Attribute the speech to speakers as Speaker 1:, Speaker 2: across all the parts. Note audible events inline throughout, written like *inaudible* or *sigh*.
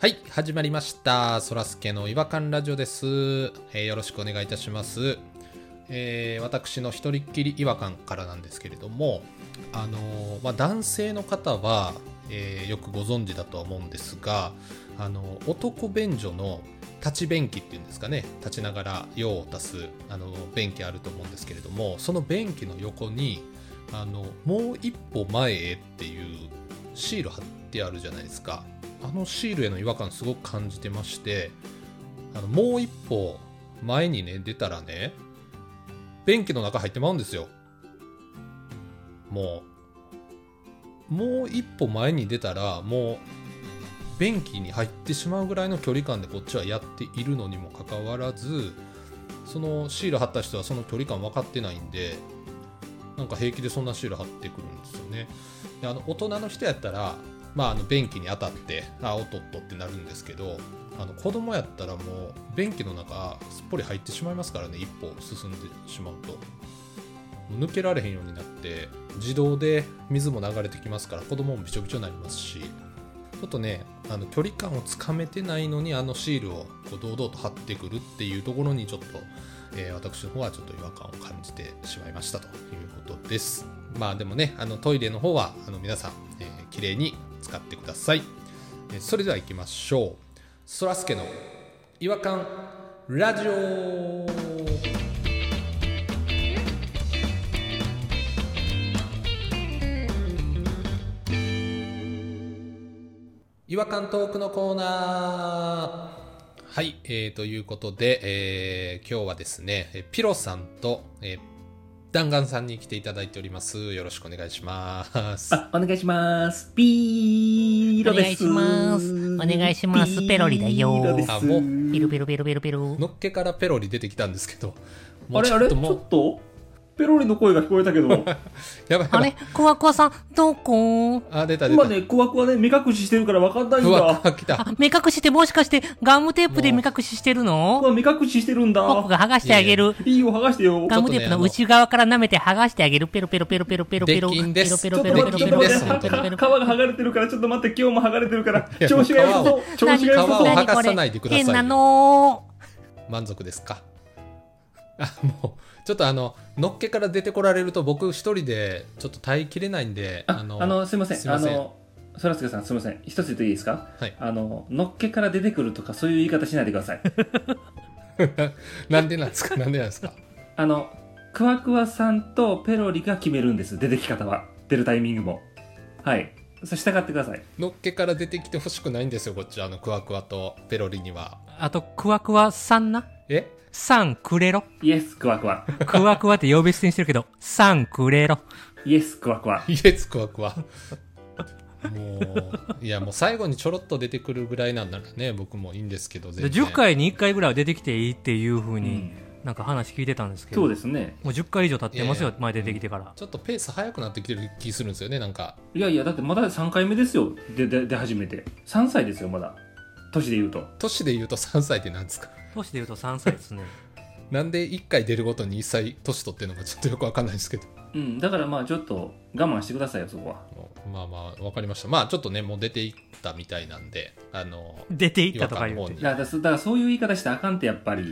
Speaker 1: はい、始まりました。そらすけの違和感ラジオです、えーよろしくお願いいたします。えー私の一人っきり違和感からなんですけれども、あのーまあ、男性の方は、えーよくご存知だとは思うんですが、あの男便所の立ち便器っていうんですかね、立ちながら用を足すあの便器あると思うんですけれども、その便器の横にあのもう一歩前へっていうシール貼ってあるじゃないですかあのシールへの違和感すごく感じてましてあのもう一歩前にね出たらね便器の中入ってまうんですよもうもう一歩前に出たらもう便器に入ってしまうぐらいの距離感でこっちはやっているのにもかかわらずそのシール貼った人はその距離感分かってないんでなんか平気でそんなシール貼ってくるんですよね。であの大人の人やったら、まあ、あの便器に当たってあおっとっとってなるんですけどあの子供やったらもう便器の中すっぽり入ってしまいますからね一歩進んでしまうと。もう抜けられへんようになって自動で水も流れてきますから子供もびちょびちょになりますしちょっとねあの距離感をつかめてないのにあのシールをこう堂々と貼ってくるっていうところにちょっと、えー私の方はちょっと違和感を感じてしまいましたということですまあでもねあのトイレの方はあの皆さん、えー、綺麗に使ってください、えーそれでは行きましょうそらすけの違和感ラジオ違和感トークのコーナーはい、えー、ということで、えー、今日はですね、えーピロさんと、えー、弾丸さんに来ていただいております。よろしくお願いします。
Speaker 2: あ、お願いします。ピーロです。
Speaker 3: お願いしますお願いしますペロリだよ
Speaker 2: ピーロです
Speaker 1: あもう
Speaker 3: ピルピルピルピルピル。
Speaker 1: のっけからペロリ出てきたんですけど、も
Speaker 2: あ
Speaker 1: う
Speaker 2: れあれちょっとペロリの声が聞こえたけど、 *laughs*
Speaker 1: やばいや
Speaker 3: あ
Speaker 1: ばい。
Speaker 3: れクワクワさん、どこ
Speaker 1: あ、出た出た。
Speaker 2: 今ね、クワクワね、目隠ししてるからわかんないん
Speaker 1: うわ
Speaker 2: だ。、
Speaker 1: 来た。
Speaker 3: あ、目隠しってもしかしてガムテープで目隠ししてる
Speaker 2: 僕
Speaker 3: の
Speaker 2: は目隠ししてるん
Speaker 3: 僕
Speaker 2: だ。
Speaker 3: が剥がしてあげる。
Speaker 2: いいよ、剥がしてよ。
Speaker 3: ガムテープの内側から舐めて剥がしてあげる。ペロペロペロペロペロペロ。
Speaker 1: で
Speaker 3: ペ
Speaker 1: きん
Speaker 3: ロ
Speaker 1: で
Speaker 3: ペ
Speaker 1: す
Speaker 3: ロペ
Speaker 2: ちょ
Speaker 3: ロ
Speaker 2: っ
Speaker 3: ペ
Speaker 2: と待
Speaker 3: ロ
Speaker 2: っ
Speaker 3: ペ
Speaker 2: て、ち
Speaker 3: ロ
Speaker 2: ょっと
Speaker 3: ペロ
Speaker 2: 待
Speaker 1: です本
Speaker 2: って、
Speaker 3: ペロ
Speaker 1: 当
Speaker 3: ペ
Speaker 1: に
Speaker 3: ロペ
Speaker 2: は皮。
Speaker 3: ロ
Speaker 2: が剥がれてるから、ちょっと待って、今日も剥がれてるから、
Speaker 1: や
Speaker 2: 調子が良さそう。調子が良
Speaker 1: 皮
Speaker 2: さ
Speaker 1: を
Speaker 2: そう。
Speaker 1: 剥がさない
Speaker 3: 何
Speaker 1: でく
Speaker 3: こ
Speaker 1: ださいよ
Speaker 3: れ変なの
Speaker 1: 満足ですか *laughs* あもうちょっとあののっけから出てこられると僕一人でちょっと耐えきれないんで
Speaker 2: ああの、すいません。
Speaker 1: すいません
Speaker 2: あの、そらすけさん、すいません。一つ言っていいですか
Speaker 1: はい
Speaker 2: あの、のっけから出てくるとか、そういう言い方しないでください。
Speaker 1: *laughs* なんでなんですかなん *laughs* でなんですか
Speaker 2: あの、クワクワさんとペロリが決めるんです。出てき方は。出るタイミングも。はい。そ従ってください。
Speaker 1: のっけから出てきてほしくないんですよこっちあのクワクワとペロリには
Speaker 3: あと、クワクワさんな。
Speaker 1: え *laughs*
Speaker 3: さんくれろ。
Speaker 2: イエス、クワクワ。
Speaker 3: クワクワって呼び捨てにしてるけど、 *laughs* さんくれろ。
Speaker 2: イエス、クワクワ。
Speaker 1: イエスクワクワもういやもう最後にちょろっと出てくるぐらいなんならね僕もいいんですけど全然
Speaker 3: 10回に1回ぐらいは出てきていいっていうふう
Speaker 2: う
Speaker 3: に
Speaker 2: ん、
Speaker 3: なんか話聞いてたんですけど。
Speaker 2: そうですね。
Speaker 3: もう10回以上経ってます
Speaker 1: い
Speaker 3: よ
Speaker 1: やい、
Speaker 3: 前出てきてから。
Speaker 1: ちょっとペース早くなってきてる気するんですよねなんか
Speaker 2: いやいや、だってまだ3回目ですよ。で、で、出始めて。3歳ですよ、まだ。年で言うと。
Speaker 1: 年で言うと3歳ってなんですか *laughs*
Speaker 3: 都市で言うと3歳ですね。
Speaker 1: なんで1回出るごとに1歳年取ってるのかちょっとよくわかんないですけど
Speaker 2: うん。だからまあ、ちょっと我慢してくださいよ、そこは。
Speaker 1: まあまあ、わかりました。まあ、ちょっとね、もう出ていったみたいなんで、あの、
Speaker 3: *laughs* 出ていったとか言うて。
Speaker 2: だから、だだからそういう言い方したらあかんって、やっぱり。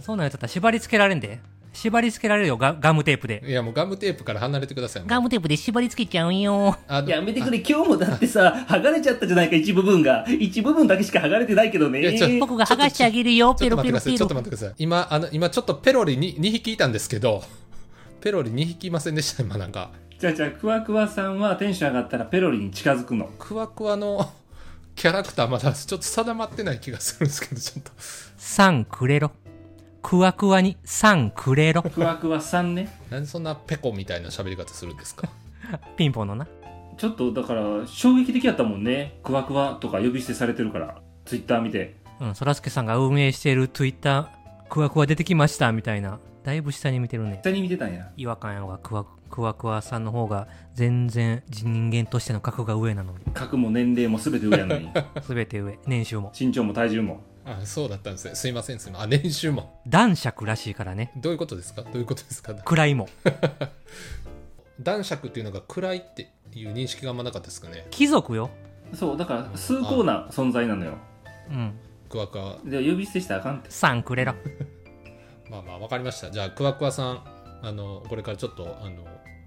Speaker 3: そうなんやったら縛り付けられんで。縛り付けられるよ、ガガムテープで。
Speaker 1: いや、もうガムテープから離れてください。
Speaker 3: ガムテープで縛り付けちゃうんよ。
Speaker 1: あの
Speaker 2: やめてくれ、今日もだってさ、 *laughs* 剥がれちゃったじゃないか、一部分が。一部分だけしか剥がれてないけどね。
Speaker 1: いやちょっと
Speaker 3: 僕が剥がしてあげる *laughs* よ、
Speaker 1: ちょ
Speaker 3: ペ
Speaker 1: っと
Speaker 3: ロ
Speaker 1: 待
Speaker 3: ペ
Speaker 1: ってくだ
Speaker 3: ロ
Speaker 1: さい。
Speaker 3: ペ
Speaker 1: ちょ
Speaker 3: ロ
Speaker 1: っと。待ってください。今、あの、今ちょっとペロリに2匹いたんですけど、 *laughs* ペロリ2匹いませんでした、今なんか。
Speaker 2: じゃあじゃあクワクワさんはテンション上がったらペロリに近づくの
Speaker 1: クワクワの *laughs* キャラクターまだちょっと定まってない気がするんですけど、ちょっと。
Speaker 3: さんくれろ。クワクワにさんくれろ。
Speaker 2: クワクワさんね
Speaker 1: なんでそんなペコみたいな喋り方するんですか
Speaker 3: ピンポンのな。
Speaker 2: ちょっとだから衝撃的やったもんねクワクワとか呼び捨てされてるからツイッター見て
Speaker 3: うん、そらすけさんが運営している Twitter、クワクワ出てきました、みたいな。だいぶ下に見てるね。
Speaker 2: 下に見てたんや
Speaker 3: 違和感やわ、クワ、クワクワさんの方が、全然人間としての格が上なのに。
Speaker 2: 格も年齢も全て上やのに
Speaker 3: すべて上、年収も。
Speaker 2: 身長も体重も
Speaker 1: あ、そうだったんですね。すいません、すいません。あ、年収も。
Speaker 3: 男爵らしいからね。
Speaker 1: どういうことですかどういうことですか
Speaker 3: 位も。
Speaker 1: 男爵っていうのが暗いっていう認識があんまなかったですかね。
Speaker 3: 貴族よ。
Speaker 2: そうだから崇高な存在なのよ
Speaker 3: うん。
Speaker 1: クワクワ
Speaker 2: で呼び捨てしたらあかんって
Speaker 3: さんくれろ。
Speaker 1: まあまあわかりましたじゃあクワクワさんあのこれからちょっとあの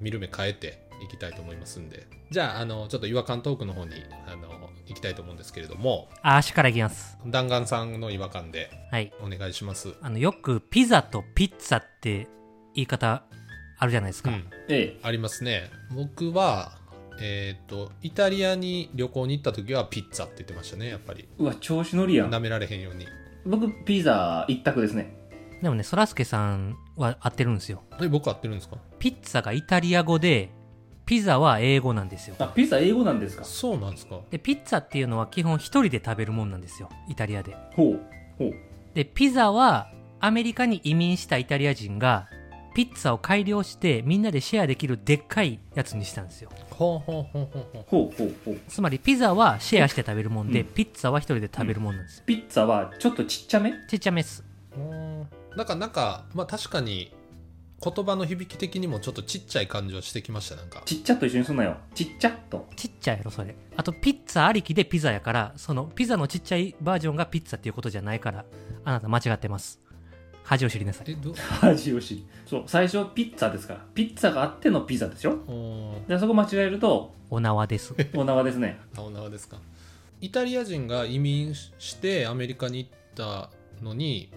Speaker 1: 見る目変えていきたいと思いますんでじゃああのちょっと違和感トークの方にあの行きたいと思うんですけれども
Speaker 3: あーしからいきます。
Speaker 1: 弾丸さんの違和感で
Speaker 3: はい。
Speaker 1: お願いします
Speaker 3: あの、よくピザとピッツァって言い方あるじゃないです
Speaker 1: う
Speaker 3: か。
Speaker 1: ん
Speaker 2: え
Speaker 1: ありますね僕はえっ、とイタリアに旅行に行った時はピッツァって言ってましたねやっぱり
Speaker 2: えうわ調子乗りやん
Speaker 1: 舐められへんように
Speaker 2: 僕ピザ一択ですね
Speaker 3: でもね、そらすけさんは合ってるんですよ。
Speaker 1: え僕合ってるんですか
Speaker 3: ピッツァがイタリア語で、ピザは英語なんですよ。
Speaker 2: あピザ英語なんですか
Speaker 1: そうなんですか
Speaker 3: で、ピッツァっていうのは基本一人で食べるもんなんですよ。イタリアで。
Speaker 2: ほうほう
Speaker 3: で、ピザはアメリカに移民したイタリア人が、ピッツァを改良してみんなでシェアできるでっかいやつにしたんですよ。
Speaker 1: ほうほうほうほうほう
Speaker 2: ほうほうほう
Speaker 3: つまりピザはシェアして食べるもんで、
Speaker 2: うん
Speaker 3: ピッツァは一人で食べるもんなんですよ。
Speaker 2: ピッツァはちょっとちっちゃめ
Speaker 3: ちっちゃめっす。
Speaker 1: うんなんかなんかまあ確かに言葉の響き的にもちょっとちっちゃい感じはしてきましたなんか
Speaker 2: ちっちゃと一緒にすんなよちっちゃっと *laughs*
Speaker 3: ちっちゃいやろ、それ。あと、ピッツァありきでピザやから、その、ピザのちっちゃいバージョンがピッツァっていうことじゃないから、あなた間違ってます。恥を知りなさい。
Speaker 1: えど
Speaker 2: 恥をしそう最初ピッツァですからピッツァがあってのピザでしょ
Speaker 1: お
Speaker 2: でそこ間違えると
Speaker 3: お縄です。
Speaker 2: お縄ですね
Speaker 1: 青縄ですかイタリア人が移民してアメリカに行ったのに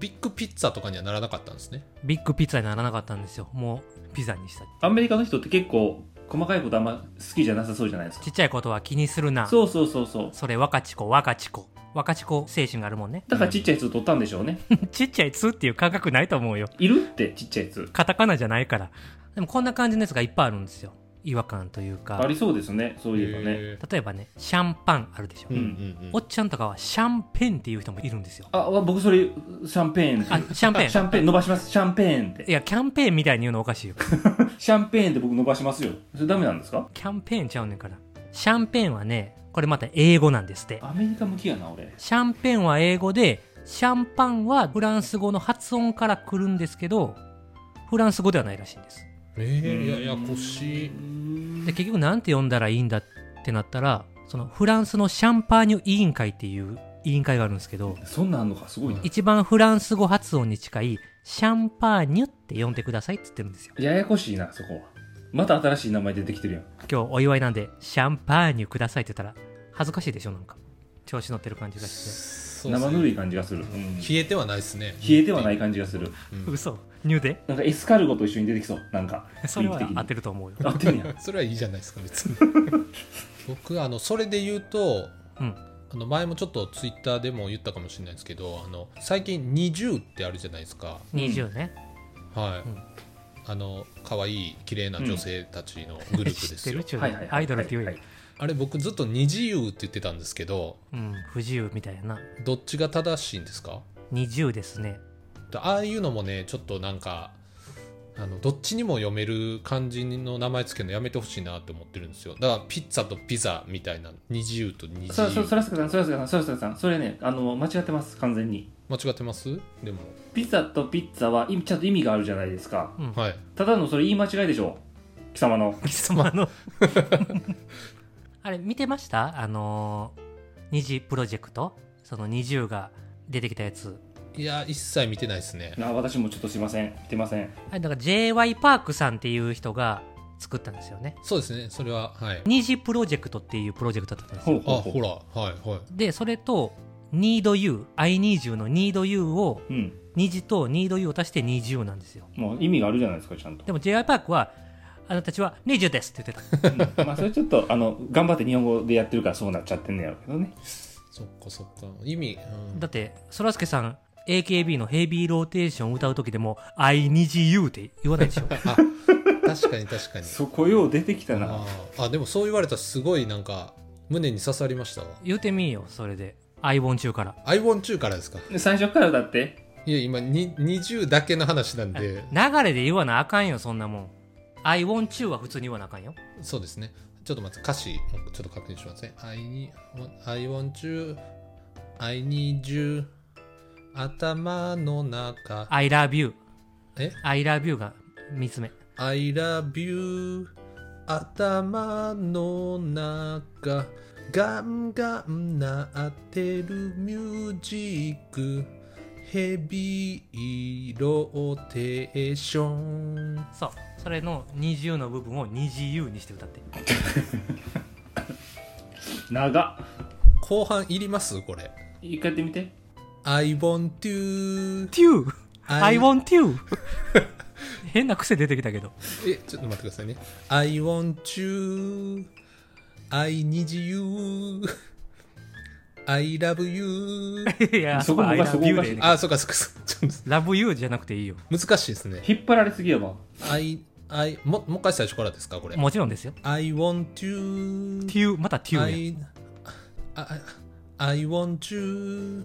Speaker 1: ビッグピッツァとかにはならなかったんですね
Speaker 3: ビッグピッツァにならなかったんですよ。もう、ピザにした。
Speaker 2: アメリカの人って結構細かいことあんま好きじゃなさそうじゃないですか
Speaker 3: ちっちゃいことは気にするな。
Speaker 2: そうそうそうそう
Speaker 3: それ、若ち子、若ち子。若ち子精神があるもんね。
Speaker 2: だからちっちゃいやつ取ったんでしょうね
Speaker 3: ちっちゃい「つ」っていう感覚ないと思うよ。
Speaker 2: いるってちっちゃいやつ
Speaker 3: カタカナじゃないから。でも、こんな感じのやつがいっぱいあるんですよ。違和感という
Speaker 2: あ
Speaker 3: か。
Speaker 2: りそうですねそういえばね
Speaker 1: へー
Speaker 3: 例えばね、シャンパンあるでしょ
Speaker 1: う。んうんう
Speaker 3: お
Speaker 1: ん
Speaker 3: っちゃんとかはシャンペンっていう人もいるんですよ。
Speaker 2: あわ僕それシャンペーンです
Speaker 3: あ、シャンペ
Speaker 2: あシ
Speaker 3: ン。
Speaker 2: ャンペーン伸ばしますシャンペーンって
Speaker 3: いや、キャンペーンみたいに言うのおかしいよ。
Speaker 2: シャンペーンって僕伸ばしますよそれダメなんですか
Speaker 3: キャンペーンちゃうねんから。シャンペーンはね、これまた英語なんですって。
Speaker 2: アメリカ向きやな俺
Speaker 3: シャンペーンは英語で、シャンパンはフランス語の発音から来るんですけど、フランス語ではないらしいんです。
Speaker 1: えー、いやいや腰
Speaker 2: うーん
Speaker 3: で、結局なんて呼んだらいいんだってなったら、そのフランスのシャンパーニュ委員会っていう委員会があるんですけど、
Speaker 2: そんなんあんのかすごいな
Speaker 3: 一番フランス語発音に近いシャンパーニュって呼んでくださいって言ってるんですよ。
Speaker 2: ややこしいなそこはまた新しい名前出てきてるやん
Speaker 3: 今日お祝いなんでシャンパーニュくださいって言ったら恥ずかしいでしょなんか調子乗ってる感じがして
Speaker 1: そうです
Speaker 2: 生
Speaker 1: ね
Speaker 2: ぬるい感じがする、うん冷
Speaker 1: 消えてはないですね
Speaker 2: えてはない感じがする
Speaker 1: うん
Speaker 3: 嘘ニュで
Speaker 2: なんかエスカルゴと一緒に出てきそうなんか
Speaker 3: *laughs* それは
Speaker 2: 雰囲気的に
Speaker 3: 合ってると思うよ
Speaker 2: 合
Speaker 3: *laughs*
Speaker 2: ってんねや
Speaker 1: *laughs* それはいいじゃないですか別に僕あのそれで言うと、
Speaker 3: うん
Speaker 1: あの前もちょっとツイッターでも言ったかもしれないですけどあの最近20ってあるじゃないですか
Speaker 3: 20ね、
Speaker 1: はい、
Speaker 3: うん
Speaker 1: あの可愛い綺麗な女性たちのグループ
Speaker 3: 知
Speaker 1: で
Speaker 3: っ
Speaker 1: す
Speaker 3: て
Speaker 1: よ、
Speaker 3: る中
Speaker 2: はいはいはい
Speaker 3: アイドルっていうよ
Speaker 2: は
Speaker 3: り
Speaker 2: い
Speaker 1: あれ僕ずっと二自由って言ってたんですけど
Speaker 3: うん不自由みたいな
Speaker 1: どっちが正しいんですか
Speaker 3: 20ですね
Speaker 1: ああいうのもねちょっとなんかあのどっちにも読める漢字の名前つけるのやめてほしいなって思ってるんですよだからピッツァとピザみたいな二自由と二自
Speaker 2: そそ
Speaker 1: 由
Speaker 2: そらすけさんそらすけさんそらすけさんそれねあの間違ってます完全に
Speaker 1: 間違ってますでも
Speaker 2: ピザとピッツァはいちゃんと意味があるじゃないですか
Speaker 3: うん
Speaker 1: はい
Speaker 2: ただのそれ言い間違いでしょ貴様の
Speaker 3: 貴様のあれ見てましたあのー、二次プロジェクトその20が出てきたやつ
Speaker 1: いや一切見てないですね
Speaker 2: あ私もちょっとすいません言ってません
Speaker 3: あれだから j y パークさんっていう人が作ったんですよね
Speaker 1: そうですねそれははい
Speaker 3: 二次プロジェクトっていうプロジェクトだったんです
Speaker 2: ほ
Speaker 3: よ
Speaker 2: う
Speaker 1: あ
Speaker 2: ほうほ
Speaker 1: ほらはいはい
Speaker 3: でそれと need you I need you の need you を
Speaker 2: ううん
Speaker 3: 虹と need you を足して need you なんですよ
Speaker 2: もう意味があるじゃないですかちゃんと
Speaker 3: でも j y パークはあなたたちは need you ですって言ってた
Speaker 2: うんまあそれちょっと *laughs* あの頑張って日本語でやってるからそうなっちゃってんねやろうけどね
Speaker 1: そっかそっか意味、うん
Speaker 3: だってそらすけさん AKB のヘビーローテーションを歌う時でも I need you って言わないで
Speaker 1: *laughs*
Speaker 3: しょ
Speaker 1: あ確かに確かに
Speaker 2: *laughs* そこよう出てきたな
Speaker 1: あーあでもそう言われたらすごいなんか胸に刺さりましたわ
Speaker 3: 言うてみんよそれで I ン中から
Speaker 1: アイボン中からですか
Speaker 2: 最初からだって
Speaker 1: いや今に20だけの話なん
Speaker 2: *laughs*
Speaker 1: で
Speaker 3: 流れで言わなあかんよそんなもん I ン中は普通に言わなあかんよ
Speaker 1: そうですねちょっと待って歌詞もちょっと確認しますね I need I want you I need you 頭の中
Speaker 3: I love you
Speaker 1: え
Speaker 3: I love you が3つ目
Speaker 1: I love you 頭の中ガンガン鳴ってるミュージックヘビーローテーション
Speaker 3: そうそれの20の部分を 20U にして歌って
Speaker 2: 長っ
Speaker 1: 後半いりますこれ
Speaker 2: 一回やってみて
Speaker 1: I want to
Speaker 3: TU!
Speaker 1: I
Speaker 3: I want you! *laughs* 変な癖出てきたけど *laughs*
Speaker 1: えちょっと待ってくださいね I want you I need you I love you
Speaker 3: いや
Speaker 2: そこ
Speaker 3: まあ
Speaker 2: 僕は
Speaker 3: I
Speaker 2: そこ
Speaker 3: love you
Speaker 2: おかしい
Speaker 3: で
Speaker 1: あそっかそっかそっかちょっ
Speaker 3: ラブユーじゃなくていいよ
Speaker 1: と難しいですね
Speaker 2: 引っ張られすぎやわ
Speaker 1: I, I ももう一回最初からですかこれ
Speaker 3: もちろんですよ
Speaker 1: I want you
Speaker 3: TU また TU や
Speaker 1: I, I, I want you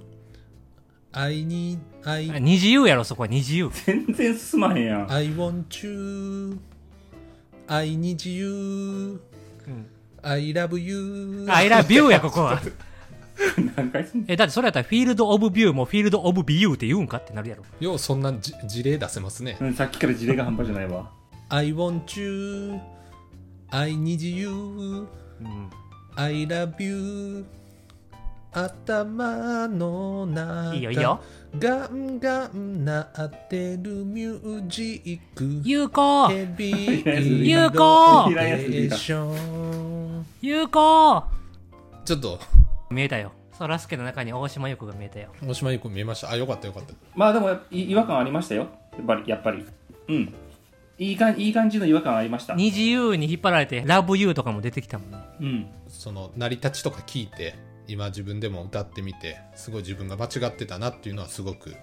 Speaker 1: I need I,
Speaker 3: 2 0 u やろそこは2 0 u
Speaker 2: 全然進まへんやん
Speaker 1: I want you I need you、I love you
Speaker 3: I love you やここは *laughs*
Speaker 2: 何回すんの
Speaker 3: えだってそれやったらフィールドオブビューもフィールドオブビューって言うんかってなるやろ
Speaker 1: ようそんなじ事例出せますね
Speaker 2: うんさっきから事例が半端じゃないわ
Speaker 1: I want you I need you、I love you 頭の中
Speaker 3: いいよいいよ
Speaker 1: ガンガン鳴ってるミュージック
Speaker 3: 有効
Speaker 1: ヘビー
Speaker 3: 有効
Speaker 1: ローテーション
Speaker 3: 有効
Speaker 1: ちょっと
Speaker 3: 見えたよそうラスケの中に大島優子が見えたよ
Speaker 1: 大島優子見えましたあよかったよかった
Speaker 2: まあでもやっぱい違和感ありましたよやっぱりやっぱりうんいいかんいい感じの違和感ありました
Speaker 3: 二次 U に引っ張られてラブユーとかも出てきたもんね
Speaker 2: うん
Speaker 1: その成り立ちとか聞いて今自分でも歌ってみてすごい自分が間違ってたなっていうのはすごく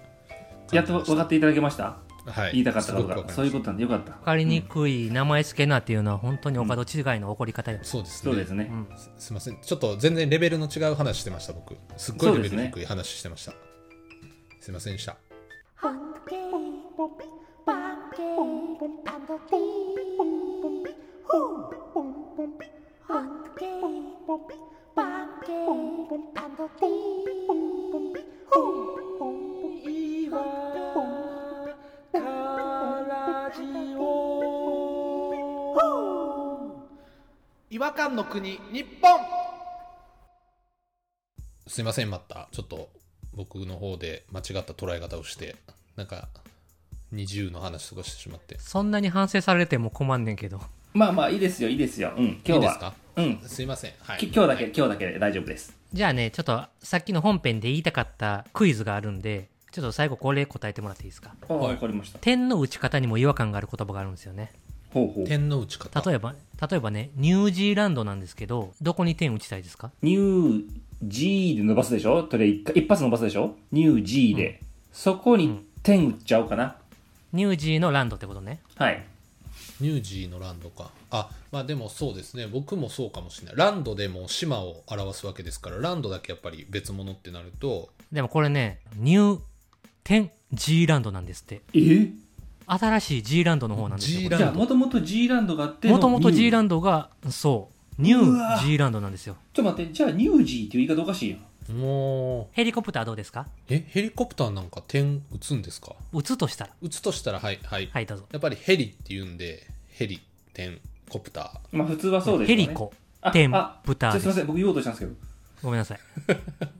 Speaker 2: やっと分かっていただけました
Speaker 1: はい
Speaker 2: 言いたかったこ
Speaker 1: すご
Speaker 2: と
Speaker 1: くわかり
Speaker 2: が
Speaker 1: ました
Speaker 2: そういうことなんでよかった
Speaker 3: 分かりにくい名前付けなっていうのは本当にお門違いの起こり方よ、
Speaker 1: そうですね
Speaker 2: そうですね、
Speaker 1: すすいませんちょっと全然レベルの違う話してました僕すっごいレベル低い話してましたす,、いませんでした
Speaker 4: Hunky,
Speaker 5: 違和感の国日本
Speaker 1: すいませんまたちょっと僕の方で間違った捉え方をしてなんか二重の話とかしてしまって
Speaker 3: そんなに反省されても困んねんけど
Speaker 2: まあまあいいですよいいですようん今
Speaker 1: いいで
Speaker 2: 日
Speaker 1: す
Speaker 2: は
Speaker 1: か
Speaker 2: うん
Speaker 1: すいませんはい
Speaker 2: き今日だけ今日だけで大丈夫です
Speaker 3: じゃあねちょっとさっきの本編で言いたかったクイズがあるんでちょっと最後これ答えてもらっていいですか
Speaker 2: ああ
Speaker 1: はい
Speaker 2: わかりました
Speaker 3: 点の打ち方にも違和感がある言葉があるんですよね
Speaker 2: ほうほう
Speaker 1: 点の打ち方
Speaker 3: 例えば例えばねニュージーランドなんですけどどこに点打ちたいですか
Speaker 2: ニュージーで伸ばすでしょとりあえず一回一発伸ばすでしょニュージーで、そこに点打っちゃおうかな、
Speaker 3: ニュージーのランドってことね
Speaker 2: はい
Speaker 1: ニュージーのランドかあまあでもそうですね僕もそうかもしれないランドでも島を表すわけですからランドだけやっぱり別物ってなると
Speaker 3: でもこれねニュー点 G ランドなんですって
Speaker 2: え
Speaker 3: 新しい G ランドの方なんですよ
Speaker 1: G
Speaker 3: こ
Speaker 1: ラ
Speaker 3: れ
Speaker 2: じゃあ
Speaker 1: ンド
Speaker 2: もともと G ランドがあって
Speaker 3: もともと G
Speaker 2: ンド
Speaker 3: ランドが、そう、ニュ
Speaker 2: うわ
Speaker 3: ー G ランドなんですよ。
Speaker 2: ちょっと待ってじゃあニュージーっていう言い方おかしいやん
Speaker 1: も
Speaker 3: ヘリコプターどうですか
Speaker 1: うえヘリコプターなんか点打つんですか
Speaker 3: 撃つとしたら。
Speaker 1: 打つとしたらはいはい、
Speaker 3: はい、どうぞ。
Speaker 1: やっぱりヘリっていうんでヘリ点コプタ
Speaker 2: まあ普通はそうです
Speaker 3: ヘ
Speaker 2: よね
Speaker 3: リコ、
Speaker 2: あ
Speaker 3: テン
Speaker 2: あ、
Speaker 3: プター
Speaker 2: じゃ
Speaker 3: で
Speaker 2: あすいま。
Speaker 3: す
Speaker 2: せん僕言おうとしたんですけ
Speaker 3: ごめんなさい。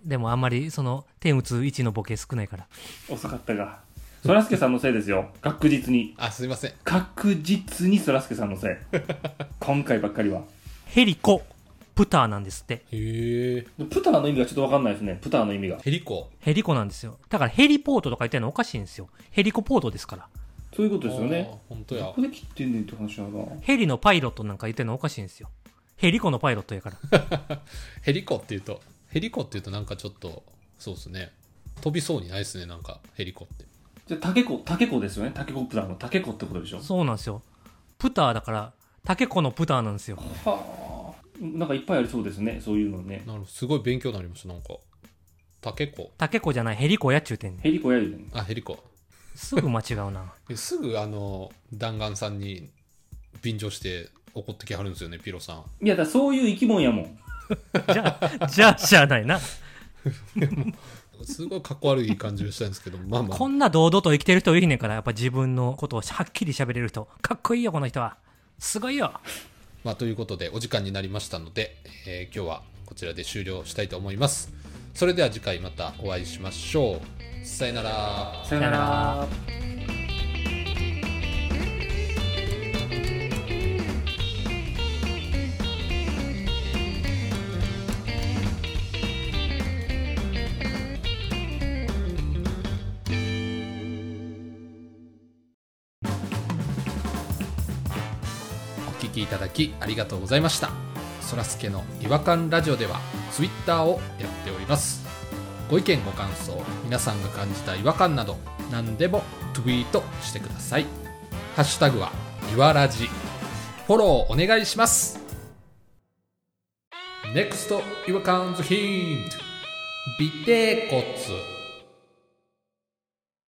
Speaker 3: でもあんまり、その、点打つ位置のボケ少ないから。
Speaker 2: ど遅かったがそらすけさんのせいですよ確実に
Speaker 1: ーあすいません
Speaker 2: 確実にそらすけさんのせい今回ばっかりは
Speaker 3: ヘリコ、プターなんですって。
Speaker 1: へえ
Speaker 2: プターの意味がちょっとわかんないですねプターの意味が
Speaker 1: ヘリコ
Speaker 3: ヘリコなんですよ。だからヘリポートとか言ってるのおかしいんですよ。ヘリコポートですから。
Speaker 2: そういうことですよね
Speaker 1: あー本当
Speaker 2: ど
Speaker 1: や
Speaker 2: こで切ってんねんって話だな
Speaker 3: ヘリのパイロットなんか言ってるのおかしいんですよ。ヘリコのパイロットやから。
Speaker 1: ヘリコっていうとヘリコっていうとなんかちょっとそうですね飛びそうにないですねなんかヘリコって
Speaker 2: じゃあタケコタケコですよねタケコプターのタケコってことでしょ
Speaker 3: そうなんですよ。プターだから、タケコのプターなんですよ。
Speaker 2: はあなんかいっぱいありそうですねそういうのね
Speaker 1: なるほどすごい勉強になりましたなんかタケコ
Speaker 3: タケコじゃない、ヘリコやっちゅうてんねん。
Speaker 2: ヘリコやるじゃん
Speaker 1: あヘリコ
Speaker 3: すぐ間違うな。
Speaker 1: えすぐあの弾丸さんに便乗して怒ってきはるんですよねピロさん
Speaker 2: いやだからそういう生き物やもん
Speaker 3: じゃあ、じゃあ、じゃあないな。
Speaker 1: すごいかっこ悪い感じがしたんですけどまあまあ
Speaker 3: こんな堂々と生きてる人いいねんから、やっぱ自分のことをはっきり喋れる人。かっこいいよ、この人は。すごいよ。
Speaker 1: まあ、ということでお時間になりましたので、えー今日はこちらで終了したいと思います。それでは次回またお会いしましょう。さよなら。
Speaker 2: さよな
Speaker 3: さよな
Speaker 2: ら
Speaker 3: ら。
Speaker 1: お聞きいただきありがとうございましたそらすけの違和感ラジオではツイッターをやっておりますご意見ご感想皆さんが感じた違和感など何でもツイートしてくださいハッシュタグはいわらじフォローお願いします NEXT 違和感ズヒント尾てい骨